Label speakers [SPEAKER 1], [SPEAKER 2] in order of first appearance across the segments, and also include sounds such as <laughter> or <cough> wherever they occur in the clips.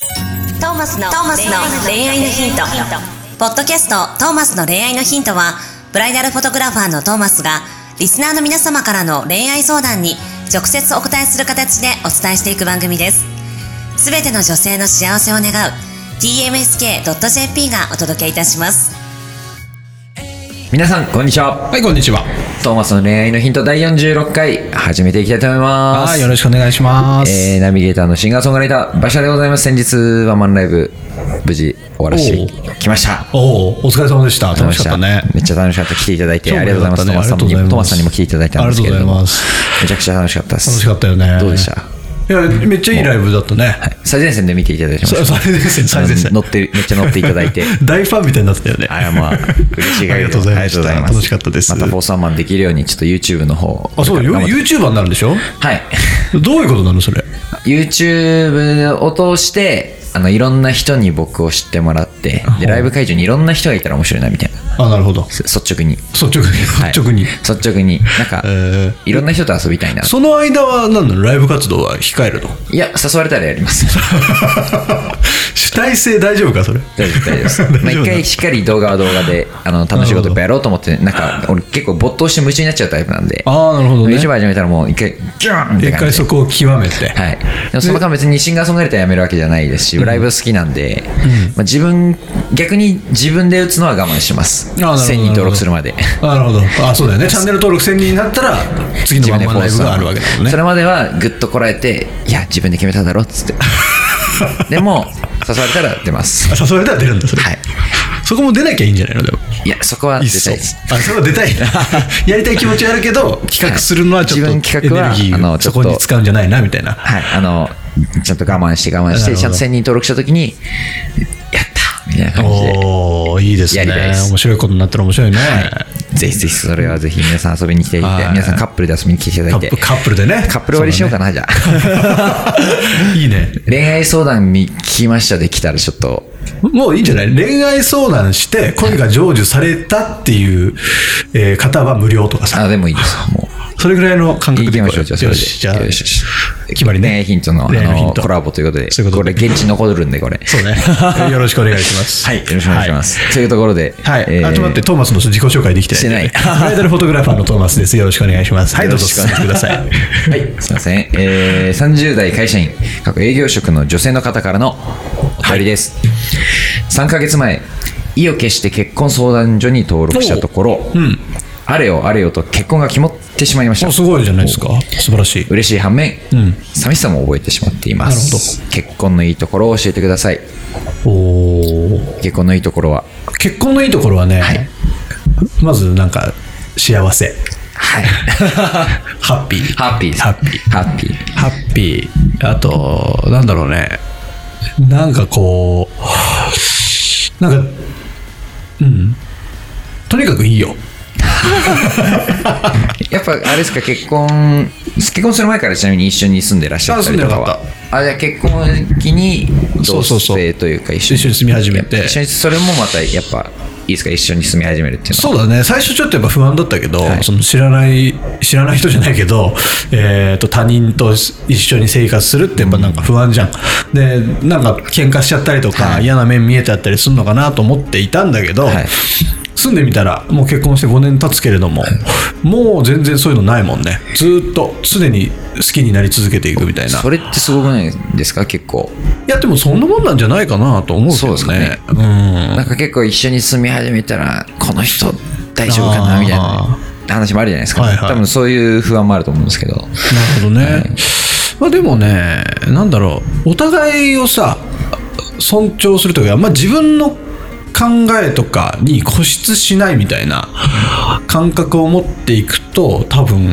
[SPEAKER 1] トーマスのトーマスの恋愛のヒントポッドキャスト「トーマスの恋愛のヒントは」ブライダルフォトグラファーのトーマスがリスナーの皆様からの恋愛相談に直接お答えする形でお伝えしていく番組ですすべての女性の幸せを願う tmsk.jp がお届けいたします
[SPEAKER 2] 皆さんこんにちは
[SPEAKER 3] はい、こんにちは。
[SPEAKER 2] トーマスの恋愛のヒント第46回始めていきたいと思います
[SPEAKER 3] はい、よろしくお願いします。
[SPEAKER 2] えー、ナビゲーターのシンガーソングライター馬車でございます先日ワンマンライブ無事終わらせてきました
[SPEAKER 3] おお、お疲れ様でした。楽しかったね。
[SPEAKER 2] めっちゃ楽しかった来ていただいて
[SPEAKER 3] 超
[SPEAKER 2] ありがとうございます
[SPEAKER 3] 盛
[SPEAKER 2] トーマスさんにもトーマ
[SPEAKER 3] り上がったね
[SPEAKER 2] スさんにも来ていただいたんですけれど
[SPEAKER 3] ありがとうござい
[SPEAKER 2] も
[SPEAKER 3] ます
[SPEAKER 2] めちゃくちゃ楽しかったです
[SPEAKER 3] 楽しかったよね。
[SPEAKER 2] どうでした
[SPEAKER 3] いや、めっちゃいいライブだったね。
[SPEAKER 2] 最前線で見ていただいてまし
[SPEAKER 3] そ
[SPEAKER 2] た
[SPEAKER 3] 最前線、最前線
[SPEAKER 2] 乗。ってめっちゃ乗っていただいて
[SPEAKER 3] <laughs> 大ファンみたいになってたよね。
[SPEAKER 2] あらまあ嬉しい限り
[SPEAKER 3] ありがとうございま
[SPEAKER 2] ありがと
[SPEAKER 3] した
[SPEAKER 2] うござい
[SPEAKER 3] 楽しかったです
[SPEAKER 2] またフォーサーマンできるようにちょっと YouTube の方
[SPEAKER 3] あ、そう、ユ
[SPEAKER 2] 頑張って
[SPEAKER 3] ーチューバーになるんでしょ
[SPEAKER 2] はい
[SPEAKER 3] どういうことなの、それ。
[SPEAKER 2] YouTube を通してあのいろんな人に僕を知ってもらってでライブ会場にいろんな人がいたら面白いなみたいな
[SPEAKER 3] あ、なるほど。
[SPEAKER 2] す率直に
[SPEAKER 3] 率直に、
[SPEAKER 2] はい
[SPEAKER 3] 率直に。
[SPEAKER 2] 率直になんか、
[SPEAKER 3] え
[SPEAKER 2] いろんな人と遊びたいな
[SPEAKER 3] その間は、何なの、ライブ活動は控えるの <laughs>
[SPEAKER 2] いや誘われたらやります
[SPEAKER 3] 主体性 <laughs> 大丈夫か、それ。
[SPEAKER 2] 大丈夫大丈夫ですまあ一回しっかり動画は動画であの楽しいこといっぱいやろうと思ってなんか俺結構没頭して夢中になっちゃうタイプなんで
[SPEAKER 3] ああ、なるほどね。
[SPEAKER 2] YouTuber 始めたらもう一回ギャーンって
[SPEAKER 3] 一
[SPEAKER 2] 感
[SPEAKER 3] 回
[SPEAKER 2] じで
[SPEAKER 3] そこを極めて。
[SPEAKER 2] はい、でもその間別にシンガーソングライターやめるわけじゃないですし、ライブ好きなんで、まあ、自分逆に自分で打つのは我慢します
[SPEAKER 3] あなるほど
[SPEAKER 2] 1000人登録するまで
[SPEAKER 3] あなるほど。あ、そうだよね。チャンネル登録1000人になったら、次のワンマンライブがあるわけだもんね
[SPEAKER 2] そ。れまではぐっとこらえていや自分で決めただろっつって
[SPEAKER 3] <laughs>
[SPEAKER 2] でも誘われたら出ます
[SPEAKER 3] あ誘われたら出るんだ、それ。
[SPEAKER 2] はい
[SPEAKER 3] そこも出なきゃいいんじゃないのでも。
[SPEAKER 2] いやそこは出たいです
[SPEAKER 3] あ、それは出
[SPEAKER 2] <laughs>
[SPEAKER 3] たいな。やりたい気持ちはあるけど、企画するのはちょっと、
[SPEAKER 2] はい自分企画は
[SPEAKER 3] エネルギ
[SPEAKER 2] あ
[SPEAKER 3] ー
[SPEAKER 2] の
[SPEAKER 3] を
[SPEAKER 2] ちょ
[SPEAKER 3] そ
[SPEAKER 2] っと
[SPEAKER 3] こに使うんじゃないな、みたいな。
[SPEAKER 2] はいあのちゃんと我慢して我慢し
[SPEAKER 3] な
[SPEAKER 2] て
[SPEAKER 3] るほど
[SPEAKER 2] ちゃんと1000人登録した時にやったみたいな感じで
[SPEAKER 3] おー、いいです
[SPEAKER 2] やり
[SPEAKER 3] ね
[SPEAKER 2] たいです。
[SPEAKER 3] 面白いことになったら面白いね。
[SPEAKER 2] ぜひぜひそれはぜひ皆さん遊びに来ていただいて
[SPEAKER 3] はい
[SPEAKER 2] 皆さんカップルで遊びに来ていただ
[SPEAKER 3] カ
[SPEAKER 2] い
[SPEAKER 3] ッ
[SPEAKER 2] て
[SPEAKER 3] プカップルでね。
[SPEAKER 2] カップル割りしようかな、じゃあ。
[SPEAKER 3] そうだね。 <laughs> いいね。
[SPEAKER 2] 恋愛相談に聞きましたできたらちょっと、
[SPEAKER 3] もういいんじゃない恋愛相談して、恋が成就されたっていう、えー方は無料とかさ
[SPEAKER 2] あ、。でもいいです。も
[SPEAKER 3] それぐらいの感
[SPEAKER 2] う。
[SPEAKER 3] 覚
[SPEAKER 2] い
[SPEAKER 3] で
[SPEAKER 2] き
[SPEAKER 3] いこ
[SPEAKER 2] ま
[SPEAKER 3] う
[SPEAKER 2] しょう、じゃあ、それ
[SPEAKER 3] よ
[SPEAKER 2] で。
[SPEAKER 3] し、じゃあ
[SPEAKER 2] よ、しよし
[SPEAKER 3] 決まりね
[SPEAKER 2] 恋愛ヒントのあ
[SPEAKER 3] 恋愛のヒ
[SPEAKER 2] の
[SPEAKER 3] ント
[SPEAKER 2] コラボということで、
[SPEAKER 3] そういうこと
[SPEAKER 2] これ、
[SPEAKER 3] で
[SPEAKER 2] 現地残るんで、これ。
[SPEAKER 3] そうね。
[SPEAKER 2] <laughs>
[SPEAKER 3] よろしくお願いします。
[SPEAKER 2] はい、よろしくお願いします。というところで、
[SPEAKER 3] はい。はい。
[SPEAKER 2] えー
[SPEAKER 3] あ、ちょっと待って、トーマスの自己紹介できてない。
[SPEAKER 2] して
[SPEAKER 3] ブライダルフォトグラファーのトーマスです。よろしくお願いします。はい、どうぞ
[SPEAKER 2] よ
[SPEAKER 3] 進
[SPEAKER 2] ろ
[SPEAKER 3] め
[SPEAKER 2] しく
[SPEAKER 3] てください。
[SPEAKER 2] はい、すいません。えー、30代会社員、各営業職の女性の方からのお便りです。3ヶ月前、意を決して結婚相談所に登録したところ、あれよあれよと結婚が決まってしまいました。
[SPEAKER 3] おすごいじゃないですか。素晴らしい。
[SPEAKER 2] 嬉しい反面、寂しさも覚えてしまっています結婚のいいところを教えてください
[SPEAKER 3] おお。
[SPEAKER 2] 結婚のいいところは
[SPEAKER 3] 結婚のいいところはね、まずなんか、幸せ。
[SPEAKER 2] <laughs> はい
[SPEAKER 3] ハッピー。
[SPEAKER 2] ハッピーです
[SPEAKER 3] ハッピー。
[SPEAKER 2] ハッピー
[SPEAKER 3] ハッピー。あと、なんだろうね。なんかこう、なんか、うん。とにかくいいよ。
[SPEAKER 2] やっぱあれですか結婚結婚する前からちなみに一緒に住んでらっしゃったりとか
[SPEAKER 3] あ
[SPEAKER 2] は
[SPEAKER 3] 住んで
[SPEAKER 2] あじゃあ結婚を機に
[SPEAKER 3] そ
[SPEAKER 2] 同
[SPEAKER 3] うそうそう
[SPEAKER 2] 棲というか一緒
[SPEAKER 3] 一緒に住み始めて
[SPEAKER 2] 一緒にそれもまたやっぱいいですか一緒に住み始めるっていうのは
[SPEAKER 3] そうだね最初ちょっとやっぱ不安だったけど、
[SPEAKER 2] はい
[SPEAKER 3] その知らない知らない人じゃないけど、えー、と他人と一緒に生活するってやっぱなんか不安じゃんでなんか喧嘩しちゃったりとか、
[SPEAKER 2] はい
[SPEAKER 3] 嫌な面見えちゃったりするのかなと思っていたんだけど、
[SPEAKER 2] はい
[SPEAKER 3] 住んでみたらもう結婚して5年経つけれども、もう全然そういうのないもんねずーっと常に好きになり続けていくみたいな
[SPEAKER 2] それってすごくないですか結構
[SPEAKER 3] いやでもそんなもんなんじゃないかなと思うけどね
[SPEAKER 2] そうです
[SPEAKER 3] うん
[SPEAKER 2] なんか結構一緒に住み始めたらこの人大丈夫か
[SPEAKER 3] あ
[SPEAKER 2] な
[SPEAKER 3] ー
[SPEAKER 2] みたいな話もあるじゃないですか、
[SPEAKER 3] はいはい
[SPEAKER 2] 多分そういう不安もあると思うんですけど
[SPEAKER 3] なるほどね、まあ、でもねなんだろうお互いをさ尊重するというか、まあ、自分の考えとかに固執しないみたい
[SPEAKER 2] <laughs>
[SPEAKER 3] な感覚を持っていくと多分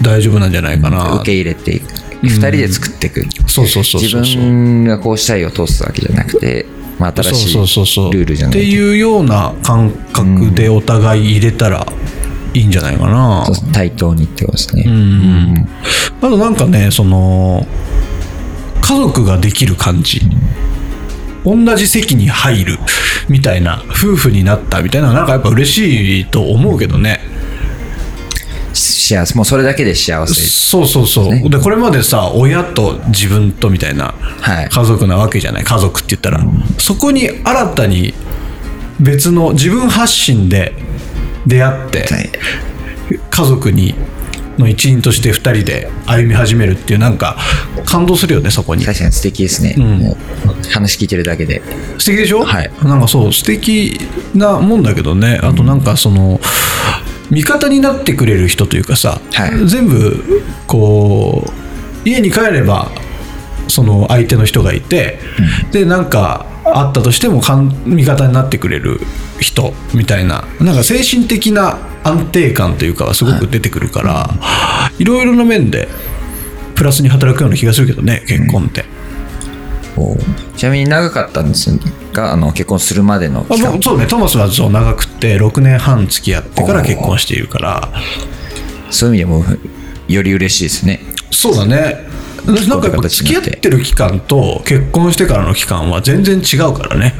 [SPEAKER 3] 大丈夫なんじゃないかな、
[SPEAKER 2] 受け入れていく二人で作っていく
[SPEAKER 3] そうそうそう
[SPEAKER 2] 自
[SPEAKER 3] そう
[SPEAKER 2] 分がこうしたいを通すわけじゃなくて、まあ、新しい
[SPEAKER 3] そうそうそうそう
[SPEAKER 2] ルールじゃ
[SPEAKER 3] っ
[SPEAKER 2] ない
[SPEAKER 3] て
[SPEAKER 2] う
[SPEAKER 3] いうような感覚でお互い入れたらいいんじゃないかな、
[SPEAKER 2] そう対等にってことですね、
[SPEAKER 3] うんあとなんかねその家族ができる感じ同じ席に入るみたいな夫婦になったみたいななんかやっぱ嬉しいと思うけどね
[SPEAKER 2] し幸せもうそれだけで幸せ
[SPEAKER 3] そうそうそう、でこれまでさ親と自分とみたいな
[SPEAKER 2] はい
[SPEAKER 3] 家族なわけじゃない家族って言ったら、そこに新たに別の自分発信で出会って、
[SPEAKER 2] はい
[SPEAKER 3] 家族にの一員として2人で歩み始めるっていうなんか感動するよねそこに
[SPEAKER 2] 確かに素敵ですね、もう話聞いてるだけで
[SPEAKER 3] 素敵でしょ、
[SPEAKER 2] はい
[SPEAKER 3] なんかそう素敵なもんだけどねあとなんかその味方になってくれる人というかさ、
[SPEAKER 2] はい
[SPEAKER 3] 全部こう家に帰ればその相手の人がいて、でなんかあったとしてもかん味方になってくれる人みたいななんか精神的な安定感というかはすごく出てくるから、いろいろな面でプラスに働くような気がするけどね結婚って。
[SPEAKER 2] ちなみに長かったんですがあの結婚するまでの
[SPEAKER 3] あ
[SPEAKER 2] 期
[SPEAKER 3] も
[SPEAKER 2] 間
[SPEAKER 3] うそうねトマスはそう長くて6年半付き合ってから結婚しているから
[SPEAKER 2] そういう意味でもより嬉しいですね
[SPEAKER 3] そうだねなんかやっぱ付き合ってる期間と結婚してからの期間は全然違うからね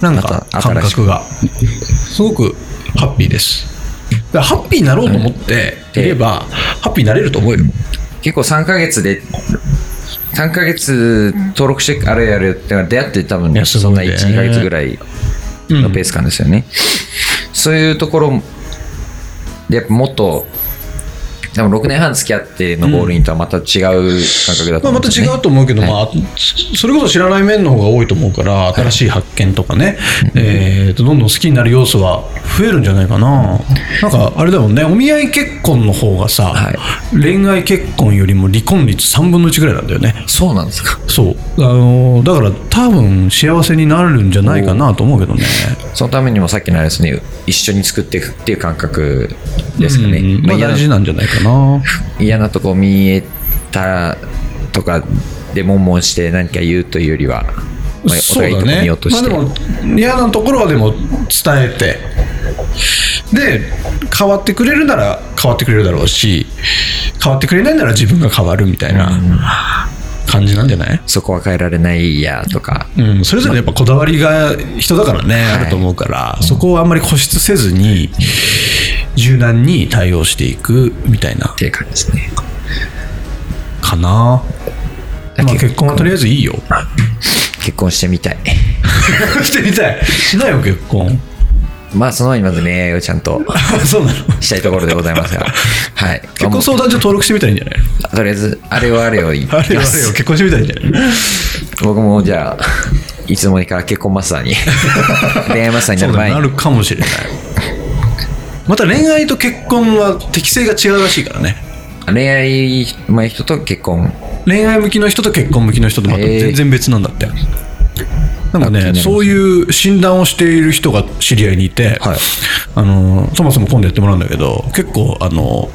[SPEAKER 3] なん
[SPEAKER 2] ま
[SPEAKER 3] か
[SPEAKER 2] た
[SPEAKER 3] 感
[SPEAKER 2] 新しく
[SPEAKER 3] 覚がすごくハッピーですだからハッピーになろうと思っていればハッピーになれると思うよ
[SPEAKER 2] 結構3ヶ月で3ヶ月登録してあれやるってか出会って多分
[SPEAKER 3] いやす
[SPEAKER 2] そ
[SPEAKER 3] ごい
[SPEAKER 2] んな
[SPEAKER 3] ね
[SPEAKER 2] 12ヶ月ぐらいのペース感ですよね、そういうところでやっぱもっと多分6年半付き合ってのゴールインとはまた違う感覚だと
[SPEAKER 3] まあ、
[SPEAKER 2] 思う
[SPEAKER 3] ま
[SPEAKER 2] ん
[SPEAKER 3] た
[SPEAKER 2] です
[SPEAKER 3] 違
[SPEAKER 2] よね、
[SPEAKER 3] うと思うけど、まあ、そそれこそ知らない面の方が多いと思うから、新しい発見とかね、えーとどんどん好きになる要素は増えるんじゃないかな。なんか、あれだもんね、お見合い結婚の方がさ、
[SPEAKER 2] はい
[SPEAKER 3] 恋愛結婚よりも離婚率3分の1ぐらいなんだよね。
[SPEAKER 2] そうなんですか
[SPEAKER 3] そう。あのーだから、多分幸せになるんじゃないかなと思うけどね。
[SPEAKER 2] そのためにもさっきのあれですね一緒に作っていくっていう感覚ですかね、
[SPEAKER 3] うんまあ、
[SPEAKER 2] 嫌な
[SPEAKER 3] 大事なんじゃないかな。
[SPEAKER 2] 嫌なとこ見えたとかで悶々して何か言うというよりは、まあ、お
[SPEAKER 3] そう
[SPEAKER 2] 互いいい
[SPEAKER 3] だ
[SPEAKER 2] とこ
[SPEAKER 3] ね
[SPEAKER 2] 見ようとして、
[SPEAKER 3] まあ、でも嫌なところはでも伝えてで変わってくれるなら変わってくれるだろうし変わってくれないなら自分が変わるみたいな感じなんじゃない、
[SPEAKER 2] そこは変えられないやとか、
[SPEAKER 3] うん、それぞれやっぱこだわりが人だからね、あると思うからそこをあんまり固執せずに柔軟に対応していくみたいな
[SPEAKER 2] っていう感じですね。
[SPEAKER 3] かな、まあ、結婚はとりあえ
[SPEAKER 2] <laughs>
[SPEAKER 3] ずいいよ <laughs>
[SPEAKER 2] 結婚してみたい。 <laughs>
[SPEAKER 3] してみたいしないよ結婚 <laughs>
[SPEAKER 2] まあ、その前にまず恋愛をちゃんと
[SPEAKER 3] そうなの
[SPEAKER 2] したいところでございます
[SPEAKER 3] <laughs>
[SPEAKER 2] が、はい。
[SPEAKER 3] 結婚相談所登録してみたらいいんじゃない
[SPEAKER 2] あとりあえず、あれはあれを言い
[SPEAKER 3] あ
[SPEAKER 2] ま
[SPEAKER 3] れよあれよ
[SPEAKER 2] す。
[SPEAKER 3] 結婚してみたいんじゃない
[SPEAKER 2] 僕もじゃあ、いつの間にか結婚マス
[SPEAKER 3] <laughs>
[SPEAKER 2] ターに、恋愛マスターになる
[SPEAKER 3] そうだ
[SPEAKER 2] 前
[SPEAKER 3] ねな
[SPEAKER 2] に、
[SPEAKER 3] るかもしれないまた恋愛と結婚は適性が違うらしいからね
[SPEAKER 2] 恋愛まあ人と結婚、
[SPEAKER 3] 恋愛向きの人と結婚向きの人とまた全然別なんだって、なん
[SPEAKER 2] あ気にな
[SPEAKER 3] か
[SPEAKER 2] りま
[SPEAKER 3] ね
[SPEAKER 2] す
[SPEAKER 3] そういう診断をしている人が知り合いにいて、
[SPEAKER 2] はい
[SPEAKER 3] あのそもそも今度やってもらうんだけど結構あの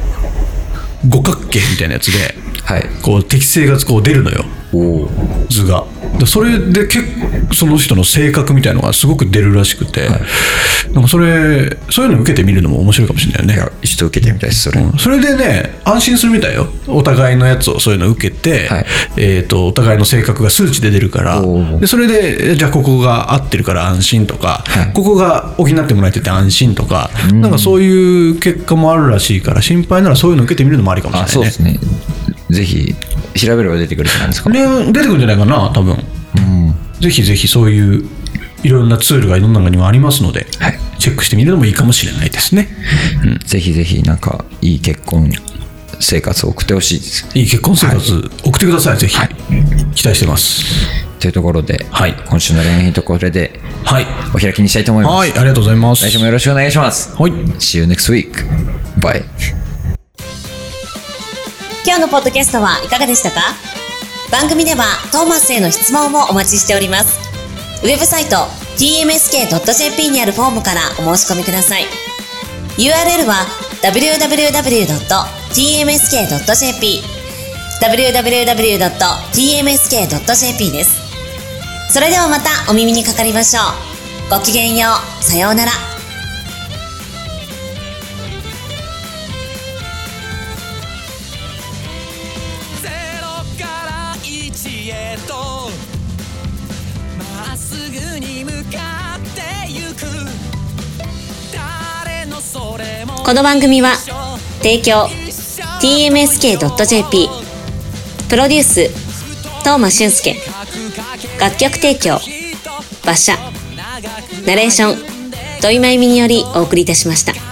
[SPEAKER 3] 五角形みたいなやつで
[SPEAKER 2] はい。
[SPEAKER 3] こう適性がこう出るのよ
[SPEAKER 2] おお。
[SPEAKER 3] 図がでそれで結構その人の性格みたいのがすごく出るらしくて、なんかそれそういうの受けてみるのも面白いかもしれないよね
[SPEAKER 2] 一度受けてみたいです、それ。
[SPEAKER 3] うんそれでね安心するみたいよお互いのやつをそういうの受けて、
[SPEAKER 2] はい
[SPEAKER 3] えー、とお互いの性格が数値で出るから
[SPEAKER 2] おー
[SPEAKER 3] でそれでえじゃあここが合ってるから安心とか、ここが補ってもらえてて安心とか、なんかそういう結果もあるらしいから心配ならそういうの受けてみるのもありかもし
[SPEAKER 2] あ、
[SPEAKER 3] れないね
[SPEAKER 2] そうですね。ぜひ、調べれば出てくるじゃないですか。
[SPEAKER 3] ね、出てくるんじゃないかな多分、ぜひぜひそういういろんなツールが世の中にはありますので、
[SPEAKER 2] はい
[SPEAKER 3] チェックしてみるのもいいかもしれないですね、
[SPEAKER 2] ぜひぜひ、なんか、いい結婚生活を送ってほしいです。
[SPEAKER 3] いい結婚生活、送ってくださいぜひ、期待してます
[SPEAKER 2] というところで、
[SPEAKER 3] はい
[SPEAKER 2] 今週の恋愛とこれで
[SPEAKER 3] はい
[SPEAKER 2] お開きにしたいと思います。
[SPEAKER 3] はいありがとうございます
[SPEAKER 2] 来週もよろしくお願いします。
[SPEAKER 3] はい
[SPEAKER 2] See you next week. Bye.
[SPEAKER 1] 今日のポッドキャストはいかがでしたか番組ではトーマスへの質問もお待ちしております。ウェブサイト tmsk.jp にあるフォームからお申し込みください。URL は www.tmsk.jp www.tmsk.jp です。それではまたお耳にかかりましょう。ごきげんよう。さようなら。
[SPEAKER 4] ゼロから一へとまっすぐに向かってゆく誰のそれも
[SPEAKER 1] この番組は
[SPEAKER 4] 一緒
[SPEAKER 1] 提供 tmsk.jp プロデュース東間俊介楽曲提供馬車ナレーション土井真由美によりお送りいたしました。